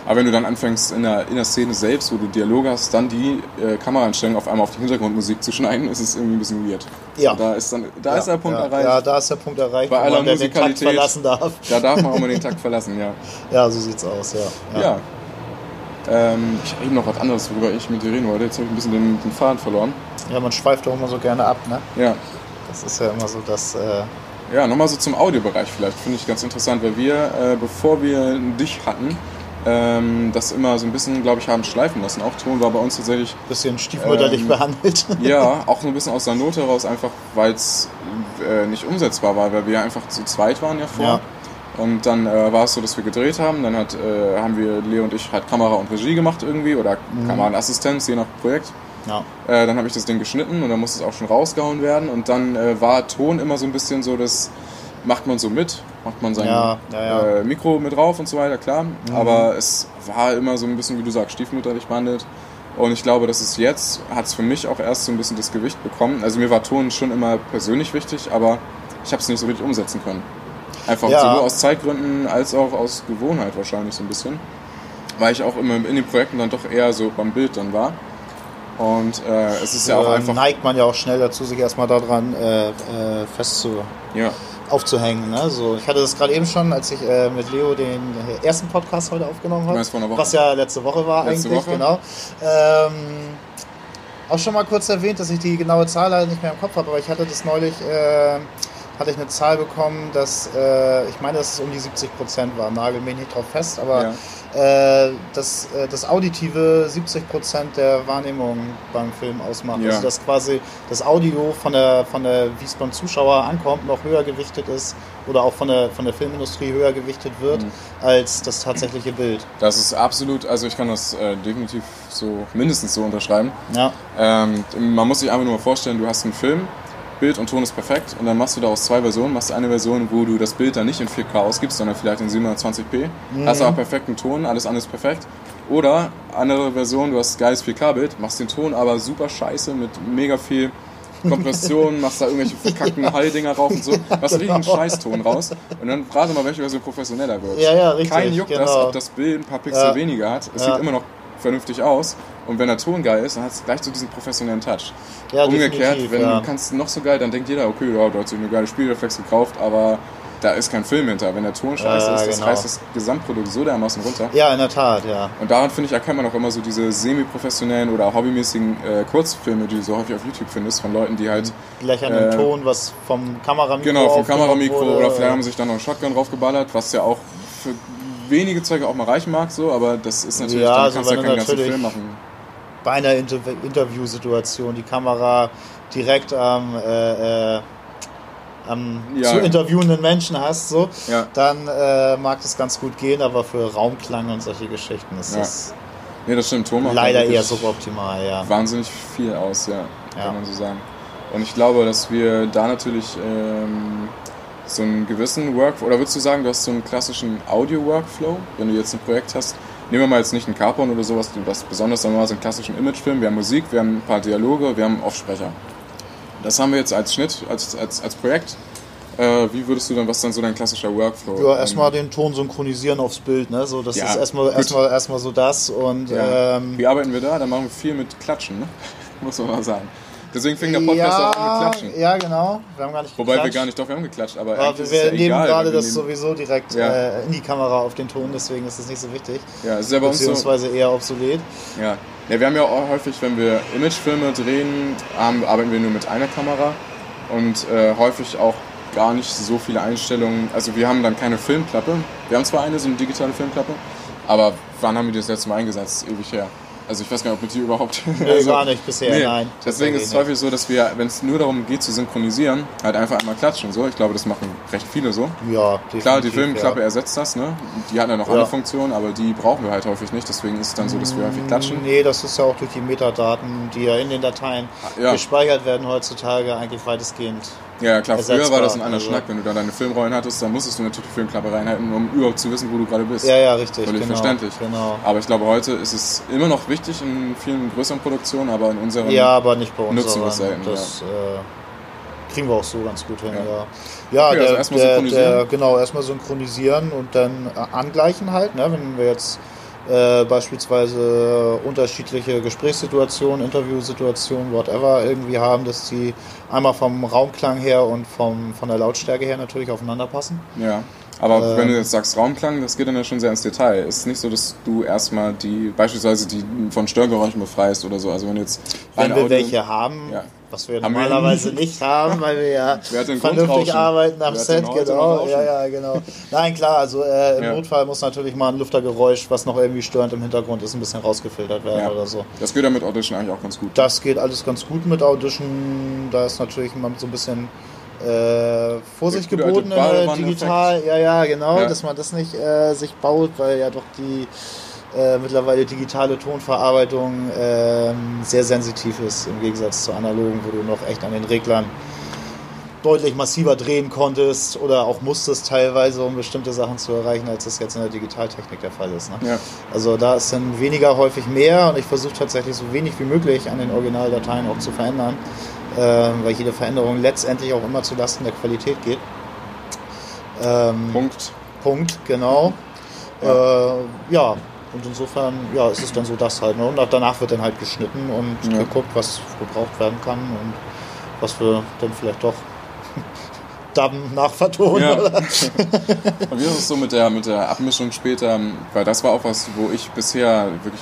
B: Aber wenn du dann anfängst, in der, in der Szene selbst, wo du Dialog hast, dann die äh, Kameraeinstellung auf einmal auf die Hintergrundmusik zu schneiden, (laughs) ist es irgendwie ein bisschen weird.
C: Ja.
B: Da ist, dann, da
C: ja,
B: ist der Punkt
C: ja,
B: erreicht.
C: Ja, da ist der Punkt erreicht,
B: Bei aller
C: man dann den Takt
B: Musikalität.
C: verlassen darf.
B: Da darf man auch mal den Takt verlassen, ja.
C: Ja, so sieht's aus, ja.
B: Ja. Ähm, ich habe eben noch was anderes, worüber ich mit dir reden wollte. Jetzt habe ich ein bisschen den, den Faden verloren.
C: Ja, man schweift doch immer so gerne ab, ne?
B: Ja.
C: Das ist ja immer so das. Äh,
B: Ja, nochmal so zum Audiobereich vielleicht. Finde ich ganz interessant, weil wir, äh, bevor wir dich hatten, ähm, das immer so ein bisschen, glaube ich, haben schleifen lassen. Auch Ton war bei uns (laughs) tatsächlich,
C: Bisschen stiefmütterlich
B: Ähm,
C: behandelt.
B: ja, auch so ein bisschen aus der Not heraus, einfach weil es äh, nicht umsetzbar war, weil wir einfach zu zweit waren ja vor.
C: Ja.
B: Und dann äh, war es so, dass wir gedreht haben. Dann hat, äh, haben wir, Leo und ich, halt Kamera und Regie gemacht irgendwie oder Kameraassistenz, je nach Projekt.
C: Ja.
B: Äh, dann habe ich das Ding geschnitten und dann musste es auch schon rausgehauen werden. Und dann äh, war Ton immer so ein bisschen so, das macht man so mit, macht man sein
C: Ja, ja, ja. Mhm.
B: Äh, Mikro mit drauf und so weiter, klar. Aber es war immer so ein bisschen, wie du sagst, stiefmütterlich behandelt. Und ich glaube, dass es jetzt, hat es für mich auch erst so ein bisschen das Gewicht bekommen. Also mir war Ton schon immer persönlich wichtig, aber ich habe es nicht so richtig umsetzen können. Einfach
C: Ja.
B: sowohl aus Zeitgründen als auch aus Gewohnheit wahrscheinlich so ein bisschen. Weil ich auch immer in den Projekten dann doch eher so beim Bild dann war. Und äh, es ist ja auch
C: äh,
B: einfach.
C: neigt man ja auch schnell dazu, sich erstmal daran äh, äh, festzu
B: Ja,
C: aufzuhängen. Ne? So, ich hatte das gerade eben schon, als ich äh, mit Leo den ersten Podcast heute aufgenommen habe.
B: meinst vor einer Woche.
C: Was ja letzte Woche war
B: Letzte
C: eigentlich,
B: Woche.
C: genau. Ähm, auch schon mal kurz erwähnt, dass ich die genaue Zahl leider nicht mehr im Kopf habe, aber ich hatte das neulich, äh, hatte ich eine Zahl bekommen, dass, äh, ich meine, dass es um die 70 Prozent war, nagel mich nicht drauf fest, aber
B: ja.
C: äh, dass äh, das Auditive 70% der Wahrnehmung beim Film ausmacht.
B: Ja.
C: Also dass quasi das Audio von der, von der, wie es beim Zuschauer ankommt, noch höher gewichtet ist oder auch von der, von der Filmindustrie höher gewichtet wird
B: Mhm.
C: als das tatsächliche Bild.
B: Das ist absolut, also ich kann das äh, definitiv so mindestens so unterschreiben.
C: Ja,
B: Ähm, man muss sich einfach nur mal vorstellen, du hast einen Film, Bild und Ton ist perfekt und dann machst du daraus zwei Versionen, machst eine Version, wo du das Bild dann nicht in 4K ausgibst, sondern vielleicht in 720p,
C: Mhm.
B: hast aber perfekten Ton, alles andere ist perfekt. Oder andere Version, du hast geiles 4K-Bild, machst den Ton aber super scheiße mit mega viel Kompression, machst da irgendwelche verkackten Hall-Dinger rauf und so, machst richtig einen Scheißton raus und dann rate mal, welche Version professioneller wird.
C: Genau. ja, ja richtig.
B: Kein juckt das,
C: genau.
B: ob das Bild ein paar Pixel
C: Ja.
B: weniger hat. Es
C: Ja.
B: sieht immer noch vernünftig aus. Und wenn der Ton geil ist, dann hat es gleich so diesen professionellen Touch.
C: ja,
B: Umgekehrt,
C: definitiv,
B: wenn
C: ja.
B: du kannst noch so geil, dann denkt jeder, okay, ja, du hast dir eine geile Spielreflex gekauft, aber da ist kein Film hinter. Wenn der Ton scheiße
C: Ja,
B: ist, das
C: genau.
B: reißt das Gesamtprodukt so dermaßen runter.
C: ja, in der Tat, ja.
B: Und daran, finde ich, erkennt man auch immer so diese semi-professionellen oder hobbymäßigen äh, Kurzfilme, die du so häufig auf YouTube findest, von Leuten, die halt
C: Mhm. Lächernden
B: Äh,
C: Ton, was vom Kameramikro
B: Genau, vom
C: aufgenommen
B: Kameramikro
C: wurde. äh,
B: oder vielleicht haben sie sich dann noch einen Shotgun draufgeballert, was ja auch für wenige Zwecke auch mal reichen mag, so, aber das ist natürlich,
C: Ja,
B: dann
C: also
B: kannst du ja
C: wenn
B: keinen
C: du
B: ganzen
C: natürlich-
B: Film machen.
C: bei einer Inter Interviewsituation die Kamera direkt am, äh, äh, am
B: Ja.
C: zu interviewenden Menschen hast, so,
B: Ja.
C: dann äh, mag das ganz gut gehen, aber für Raumklang und solche Geschichten ist
B: Ja.
C: das
B: Nee, das stimmt, Thomas.
C: leider eher suboptimal, ja.
B: Wahnsinnig viel aus, ja,
C: Ja.
B: kann man so sagen. Und ich glaube, dass wir da natürlich ähm, so einen gewissen Work, oder würdest du sagen, du hast so einen klassischen Audio-Workflow, wenn du jetzt ein Projekt hast? Nehmen wir mal jetzt nicht einen Carpon oder sowas, was besonders, sondern mal so einen klassischen Imagefilm. Wir haben Musik, wir haben ein paar Dialoge, wir haben Offsprecher. Das haben wir jetzt als Schnitt, als, als, als Projekt. Äh, wie würdest du dann, was ist dann so dein klassischer Workflow?
C: Ja, erstmal den Ton synchronisieren aufs Bild, ne? So, das
B: Ja,
C: ist erstmal
B: gut.
C: erstmal erstmal so das und
B: Ja.
C: ähm,
B: wie arbeiten wir da? Da machen wir viel mit Klatschen, ne? (laughs) muss man mal sagen. Deswegen fing der Podcast auch an mit Klatschen.
C: ja, genau. Wir haben gar nicht
B: Wobei wir
C: geklatscht.
B: gar nicht, doch, wir haben geklatscht, aber
C: Aber
B: eigentlich
C: wir
B: ist es ja
C: nehmen
B: egal.
C: gerade
B: weil wir
C: das
B: nehmen-
C: sowieso direkt
B: Ja.
C: äh, in die Kamera auf den Ton, deswegen ist das nicht so wichtig.
B: Ja, es ist ja bei uns so,
C: Beziehungsweise eher obsolet.
B: Ja. ja, wir haben ja auch häufig, wenn wir Imagefilme drehen, haben, arbeiten wir nur mit einer Kamera und äh, häufig auch gar nicht so viele Einstellungen. Also wir haben dann keine Filmklappe. Wir haben zwar eine, so eine digitale Filmklappe, aber wann haben wir die das letzte Mal eingesetzt? Ewig her. Also ich weiß gar nicht, ob mit die überhaupt... (laughs)
C: Nee,
B: also,
C: gar nicht bisher,
B: nee.
C: nein.
B: Deswegen ist es
C: Tatsächlich nicht.
B: häufig so, dass wir, wenn es nur darum geht zu synchronisieren, halt einfach einmal klatschen. So, ich glaube, das machen recht viele so.
C: Ja, definitiv,
B: Klar, die Filmklappe
C: ja.
B: ersetzt das, ne? Die hat ja noch
C: Ja.
B: andere Funktionen, aber die brauchen wir halt häufig nicht. Deswegen ist es dann so, dass wir häufig klatschen.
C: Nee, das ist ja auch durch die Metadaten, die ja in den Dateien
B: Ja.
C: gespeichert werden heutzutage, eigentlich weitestgehend.
B: Ja, klar, früher war
C: ersetzbar.
B: das ein anderer
C: Also-
B: Schnack. Wenn du da deine Filmrollen hattest, dann musstest du natürlich die Filmklappe reinhalten, um überhaupt zu wissen, wo du gerade bist.
C: Ja, ja, richtig.
B: Völlig
C: Genau,
B: verständlich.
C: Genau.
B: Aber ich glaube, heute ist es immer noch wichtig in vielen größeren Produktionen, aber in unseren.
C: Ja, aber nicht bei uns.
B: Nutzen wir
C: aber
B: es selten,
C: das äh, kriegen wir auch so ganz gut hin,
B: Ja.
C: ja. Ja,
B: Okay,
C: der,
B: also erstmal
C: der,
B: synchronisieren.
C: der, genau, erstmal synchronisieren und dann äh, angleichen halt, ne? wenn wir jetzt äh, beispielsweise unterschiedliche Gesprächssituationen, Interviewsituationen, whatever irgendwie haben, dass die einmal vom Raumklang her und vom, von der Lautstärke her natürlich aufeinander passen.
B: ja. Aber
C: Ähm.
B: wenn du jetzt sagst Raumklang, das geht dann ja schon sehr ins Detail. Es ist nicht so, dass du erstmal die, beispielsweise die von Störgeräuschen befreist oder so. Also wenn du jetzt
C: Wenn
B: rein
C: wir
B: Audio-
C: welche haben,
B: Ja.
C: was wir
B: Haben wir
C: normalerweise
B: nie.
C: nicht haben, weil wir ja
B: (laughs) Wer hat denn
C: vernünftig
B: Grundrauschen?
C: arbeiten am
B: Wer hat denn
C: Set,
B: heute
C: genau.
B: noch
C: Ja,
B: Rauschen?
C: ja, genau. Nein, klar, also äh, im
B: Ja.
C: Notfall muss natürlich mal ein Lüftergeräusch, was noch irgendwie störend im Hintergrund ist, ein bisschen rausgefiltert werden
B: Ja.
C: oder so.
B: Das geht ja mit Audition eigentlich auch ganz gut.
C: Das geht alles ganz gut mit Audition. Da ist natürlich immer so ein bisschen äh, Vorsicht
B: Der gute alte
C: geboten in der
B: Badewanneneffekt.
C: digital. Ja, ja, genau,
B: Ja.
C: dass man das nicht äh, sich baut, weil ja doch die äh, mittlerweile digitale Tonverarbeitung ähm, sehr sensitiv ist im Gegensatz zu analogen, wo du noch echt an den Reglern deutlich massiver drehen konntest oder auch musstest teilweise, um bestimmte Sachen zu erreichen, als das jetzt in der Digitaltechnik der Fall ist. Ne?
B: Ja.
C: Also da ist dann weniger häufig mehr und ich versuche tatsächlich so wenig wie möglich an den Originaldateien auch zu verändern, ähm, weil jede Veränderung letztendlich auch immer zu Lasten der Qualität geht. Ähm,
B: Punkt.
C: Punkt, genau. Ja. Äh, ja, und insofern ja, ist es dann so das halt. Ne? Und auch danach wird dann halt geschnitten und
B: Ja.
C: geguckt, was gebraucht werden kann und was wir dann vielleicht doch (laughs) dubben, nachvertonen.
B: Ja. (laughs)
C: oder?
B: Und wie ist es so mit der, mit der Abmischung später? Weil das war auch was, wo ich bisher wirklich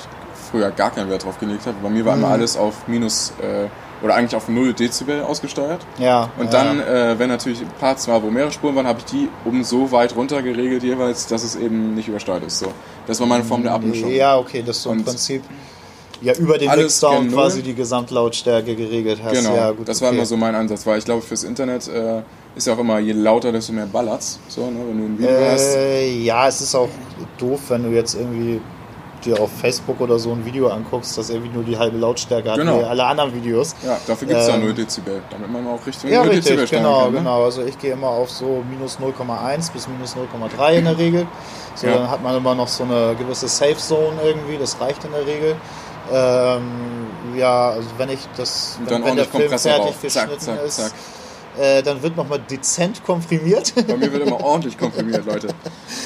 B: früher gar keinen Wert drauf gelegt habe. Bei mir war immer
C: Mhm.
B: alles auf minus äh, oder eigentlich auf 0 Dezibel ausgesteuert.
C: ja.
B: Und
C: ja.
B: dann, äh, wenn natürlich Parts war, wo mehrere Spuren waren, habe ich die um so weit runter geregelt jeweils, dass es eben nicht übersteuert ist. So. Das war meine Form der Abmischung.
C: Ja, okay, dass du im
B: Und
C: Prinzip ja über den
B: alles
C: Mixdown
B: gen
C: quasi
B: Null.
C: die Gesamtlautstärke geregelt hast.
B: Genau,
C: ja, gut,
B: das war
C: okay.
B: immer so mein Ansatz, weil ich glaube, fürs Internet äh, ist ja auch immer, je lauter, desto mehr ballert's. So, ne? Wenn du ein Video hast,
C: Äh, ja, es ist auch doof, wenn du jetzt irgendwie dir auf Facebook oder so ein Video anguckst, das irgendwie nur die halbe Lautstärke hat
B: Genau.
C: wie alle anderen Videos.
B: ja, dafür gibt es ja
C: ähm,
B: 0 Dezibel, damit man auch richtig
C: Ja,
B: 0
C: richtig,
B: stellen
C: genau,
B: kann, ne?
C: genau. Also ich gehe immer auf so minus 0,1 bis minus 0,3 in der Regel. So,
B: Ja.
C: dann hat man immer noch so eine gewisse Safe Zone irgendwie, das reicht in der Regel. Ähm, ja, also wenn ich das,
B: Und
C: wenn,
B: dann
C: wenn der
B: ordentlich
C: Film
B: Kompressor
C: fertig
B: drauf.
C: geschnitten
B: Zack, zack,
C: ist,
B: zack.
C: Äh, dann wird nochmal dezent komprimiert.
B: Bei mir wird immer ordentlich komprimiert, Leute.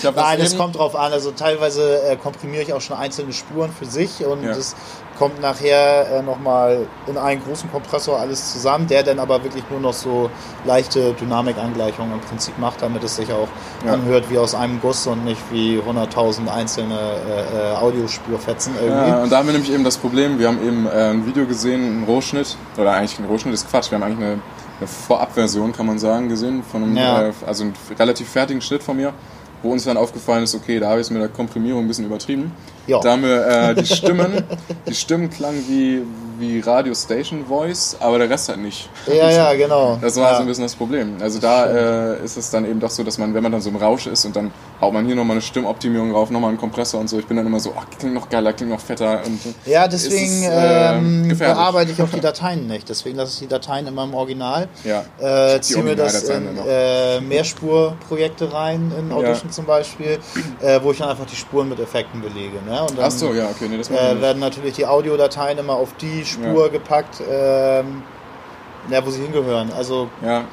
B: Ich hab das
C: Nein, es
B: eben-
C: kommt drauf an. Also teilweise äh, komprimiere ich auch schon einzelne Spuren für sich und
B: Ja.
C: es kommt nachher äh, nochmal in einen großen Kompressor alles zusammen, der dann aber wirklich nur noch so leichte Dynamikangleichungen im Prinzip macht, damit es sich auch
B: Ja.
C: anhört wie aus einem Guss und nicht wie 100.000 einzelne äh, äh, Audiospurfetzen irgendwie.
B: Ja, äh, und da haben wir nämlich eben das Problem, wir haben eben äh, ein Video gesehen, einen Rohschnitt, oder eigentlich ein Rohschnitt ist Quatsch, wir haben eigentlich eine, eine Vorabversion, kann man sagen, gesehen, von einem,
C: Ja.
B: äh, also einen relativ fertigen Schnitt von mir, wo uns dann aufgefallen ist, okay, da habe ich es mit der Komprimierung ein bisschen übertrieben.
C: Ja.
B: Da haben wir äh,
C: (laughs)
B: die Stimmen, die Stimmen klangen wie, wie Radio Station Voice, aber der Rest halt nicht.
C: Ja, ja, genau.
B: Das war
C: ja.
B: so ein bisschen das Problem. Also da äh, ist es dann eben doch so, dass man, wenn man dann so im Rausch ist und dann haut man hier nochmal eine Stimmoptimierung drauf, nochmal einen Kompressor und so, ich bin dann immer so, ach, klingt noch geiler, klingt noch fetter. Und,
C: Ja, deswegen
B: ist es, äh,
C: ähm,
B: gefährlich.
C: bearbeite ich auch die Dateien nicht. Deswegen lasse ich die Dateien immer im Original.
B: Ja.
C: Äh, ziehe mir das
B: Originaldateien
C: in
B: dann noch.
C: äh, Mehrspurprojekte rein, in Audition zum Beispiel, äh, wo ich dann einfach die Spuren mit Effekten belege. Ne? Und dann,
B: Ach so, ja, okay, nee, das machen wir
C: äh,
B: nicht.
C: werden natürlich die Audiodateien immer auf die Spur
B: Ja.
C: gepackt, ähm, ja, wo sie hingehören. Also
B: Ja.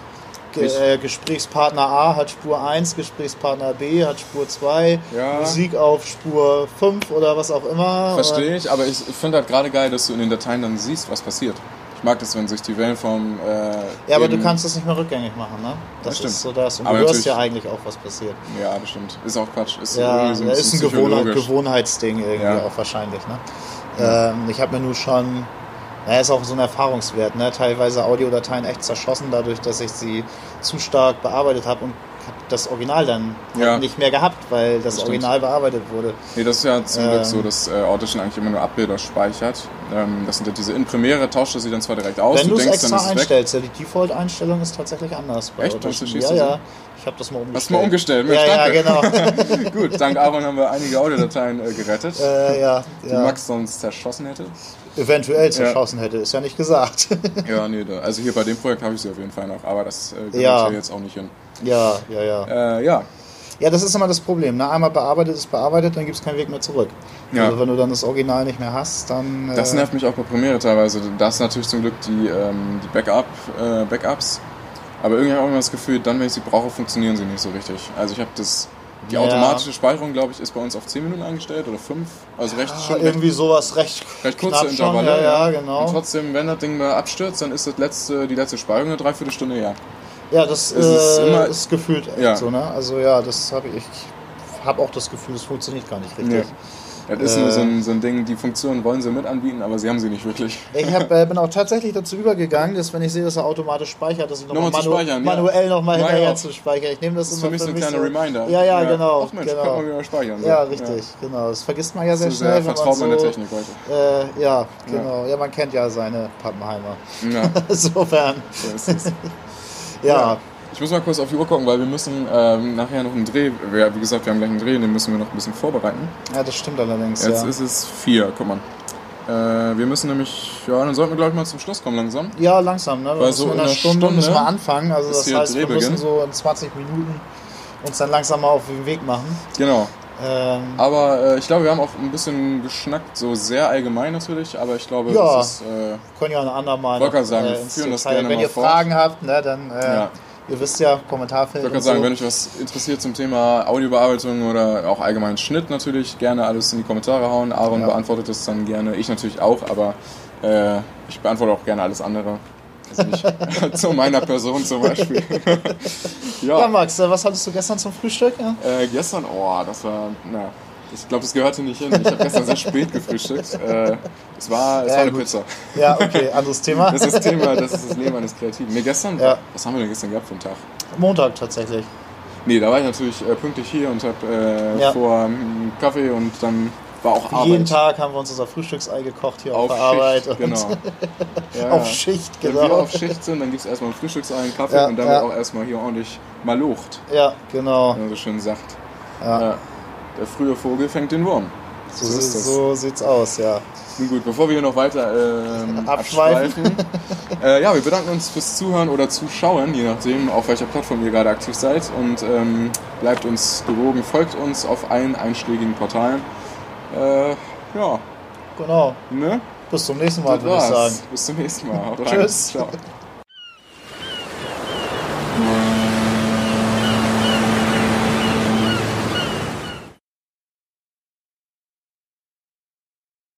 C: Ge- äh, Gesprächspartner A hat Spur 1, Gesprächspartner B hat Spur 2,
B: Ja.
C: Musik auf Spur 5 oder was auch immer.
B: Verstehe ich, aber ich finde halt gerade geil, dass du in den Dateien dann siehst, was passiert. Ich mag das, wenn sich die Wellenform. Äh,
C: Ja, aber
B: eben-
C: du kannst das nicht mehr rückgängig machen, ne? Das
B: stimmt.
C: ist so das. Und
B: Aber
C: du hörst ja
B: natürlich-
C: eigentlich auch, was passiert.
B: Ja, bestimmt. Ist auch Quatsch. Ist
C: Ja,
B: irgendwie eh, so
C: das ist ein
B: bisschen
C: Gewohnheit,
B: psychologisch.
C: Gewohnheitsding irgendwie
B: Ja.
C: auch wahrscheinlich. Ne? Ähm, ich habe mir nur schon, naja, ist auch so ein Erfahrungswert, ne? teilweise Audiodateien echt zerschossen, dadurch, dass ich sie zu stark bearbeitet habe und hab das Original dann halt
B: Ja.
C: nicht mehr gehabt, weil das,
B: stimmt.
C: Original bearbeitet wurde.
B: Nee, das ist ja zum Glück
C: Ähm.
B: so, dass äh, Audition eigentlich immer nur Abbilder speichert. Ähm, das sind ja diese in Premiere, tauscht er sie dann zwar direkt aus,
C: Wenn du
B: du
C: es
B: denkst, dann
C: extra
B: ist es weg.
C: einstellst, ja, die Default-Einstellung ist tatsächlich anders. Bei
B: Echt? Hast du
C: Audition.
B: schießt
C: ja,
B: du
C: ja.
B: sie?
C: Ich habe das mal umgestellt.
B: Hast du mal umgestellt? Mensch,
C: Ja, ja,
B: danke.
C: genau.
B: (laughs) Gut, dank Aaron haben wir einige Audiodateien äh, gerettet,
C: äh, ja,
B: die
C: ja.
B: Max sonst zerschossen
C: (laughs)
B: hätte.
C: Eventuell zerschossen hätte, ist ja nicht gesagt. (laughs)
B: Ja, nee, da, also hier bei dem Projekt habe ich sie auf jeden Fall noch, aber das äh, gehört
C: Ja.
B: hier jetzt auch nicht hin.
C: ja, ja, ja.
B: Äh, ja,
C: Ja, das ist immer das Problem. Ne? Einmal bearbeitet ist bearbeitet, dann gibt es keinen Weg mehr zurück.
B: Ja.
C: Also wenn du dann das Original nicht mehr hast, dann. äh,
B: Das nervt mich auch bei Premiere teilweise. Da ist natürlich zum Glück die, ähm, die Backup, äh, Backups. Aber irgendwie habe ich immer das Gefühl, dann, wenn ich sie brauche, funktionieren sie nicht so richtig. Also ich habe das. Die
C: Ja.
B: automatische Speicherung, glaube ich, ist bei uns auf 10 Minuten eingestellt oder 5. Also recht,
C: ah,
B: schon recht,
C: irgendwie sowas recht,
B: recht kurze
C: knapp schon.
B: Intervalle.
C: Ja, ja,
B: Und
C: genau.
B: trotzdem, wenn das Ding mal abstürzt, dann ist das letzte, die letzte Speicherung eine Dreiviertelstunde her.
C: Ja, das
B: Es ist
C: äh,
B: immer-
C: ist gefühlt echt
B: Ja.
C: so. Ne? Also ja, das habe ich. Ich habe auch das Gefühl, es funktioniert gar nicht richtig.
B: Das ist nur
C: Äh.
B: so ein, so ein Ding, die Funktion wollen sie mit anbieten, aber sie haben sie nicht wirklich.
C: Ich hab, äh, bin auch tatsächlich dazu übergegangen, dass wenn ich sehe, dass er automatisch speichert, dass ich nochmal
B: Nochmal zu
C: manu
B: speichern, ja.
C: manuell nochmal
B: Mach ich
C: hinterher
B: auch.
C: zu speichern. Ich nehme das,
B: Das ist für
C: immer
B: mich so ein kleiner Reminder.
C: Ja, ja, genau.
B: Ach Mensch,
C: genau.
B: kann man wieder speichern. so.
C: ja, richtig, genau. Das vergisst man ja sehr
B: Zu sehr
C: schnell. wenn
B: vertraut man
C: so,
B: der Technik heute.
C: Äh, ja, genau. Ja. man kennt ja seine Pappenheimer. (laughs)
B: Ja,
C: Insofern,
B: so ist es.
C: ja.
B: Ich muss mal kurz auf die Uhr gucken, weil wir müssen ähm, nachher noch einen Dreh. Wir, wie gesagt, wir haben gleich einen Dreh, den müssen wir noch ein bisschen vorbereiten.
C: ja, das stimmt allerdings.
B: Jetzt
C: ja.
B: ist es vier, guck mal. Äh, wir müssen nämlich, ja, dann sollten wir glaube ich mal zum Schluss kommen langsam.
C: ja, langsam. Ne? Wir
B: Weil
C: müssen
B: so
C: in
B: in
C: einer
B: einer
C: Stunde,
B: Stunde
C: müssen wir anfangen. Also
B: ist
C: das
B: hier
C: heißt, wir
B: Drehbeginn.
C: müssen so in 20 Minuten uns dann langsam mal auf den Weg machen.
B: Genau.
C: Ähm,
B: Aber äh, ich glaube, wir haben auch ein bisschen geschnackt, so sehr allgemein natürlich, aber ich glaube,
C: Ja.
B: das ist. Äh,
C: können ja ein andermal.
B: Wollte gerade
C: noch, äh,
B: sagen, wir
C: ins
B: führen das
C: Detail.
B: gerne
C: Wenn
B: mal
C: ihr
B: fort.
C: Fragen habt, ne, dann äh,
B: Ja.
C: ihr wisst ja, Kommentarfeld.
B: ich wollte gerade
C: und
B: sagen,
C: so.
B: wenn euch was interessiert zum Thema Audiobearbeitung oder auch allgemein Schnitt natürlich, gerne alles in die Kommentare hauen. Aaron
C: Ja.
B: beantwortet das dann gerne, ich natürlich auch, aber äh, ich beantworte auch gerne alles andere. Also nicht (laughs) zu meiner Person zum Beispiel. (laughs)
C: ja,
B: ja,
C: Max, äh, was hattest du gestern zum Frühstück? Ja?
B: äh, gestern, oh, das war, na, ich glaube, das gehörte nicht hin. Ich habe gestern sehr spät gefrühstückt. Äh, es war, es
C: Ja,
B: war eine
C: gut.
B: Pizza.
C: Ja, okay, anderes
B: (laughs)
C: Thema.
B: Das ist das Thema, das ist das Leben eines Kreativen. Nee, gestern,
C: Ja.
B: was haben wir denn gestern gehabt für einen Tag?
C: Montag tatsächlich.
B: Nee, da war ich natürlich äh, pünktlich hier und habe äh,
C: Ja.
B: vor ähm, Kaffee und dann war auch Arbeit.
C: Jeden Tag haben wir uns unser Frühstücksei gekocht hier auf,
B: auf
C: der Arbeit.
B: Schicht,
C: und- (laughs)
B: genau. Ja,
C: Auf
B: ja.
C: Schicht,
B: Wenn
C: genau.
B: wir auf Schicht sind, dann gibt es erstmal ein Frühstücksei, einen Kaffee
C: Ja,
B: und dann
C: ja.
B: wird auch erstmal hier ordentlich malucht,
C: Ja, genau.
B: wie man so schön sagt.
C: Ja.
B: Ja. Der frühe Vogel fängt den Wurm.
C: So,
B: so ist das.
C: so sieht's aus, ja.
B: Nun gut, bevor wir hier noch weiter ähm,
C: Abschweifen.
B: abschweifen, äh, ja, wir bedanken uns fürs Zuhören oder Zuschauen, je nachdem, auf welcher Plattform ihr gerade aktiv seid und ähm, bleibt uns gewogen, folgt uns auf allen einschlägigen Portalen. Äh, ja,
C: Genau.
B: ne?
C: Bis zum nächsten Mal,
B: Das
C: würde ich
B: war's.
C: (laughs) sagen.
B: Bis zum nächsten Mal. Haut rein.
C: Tschüss.
B: Ciao.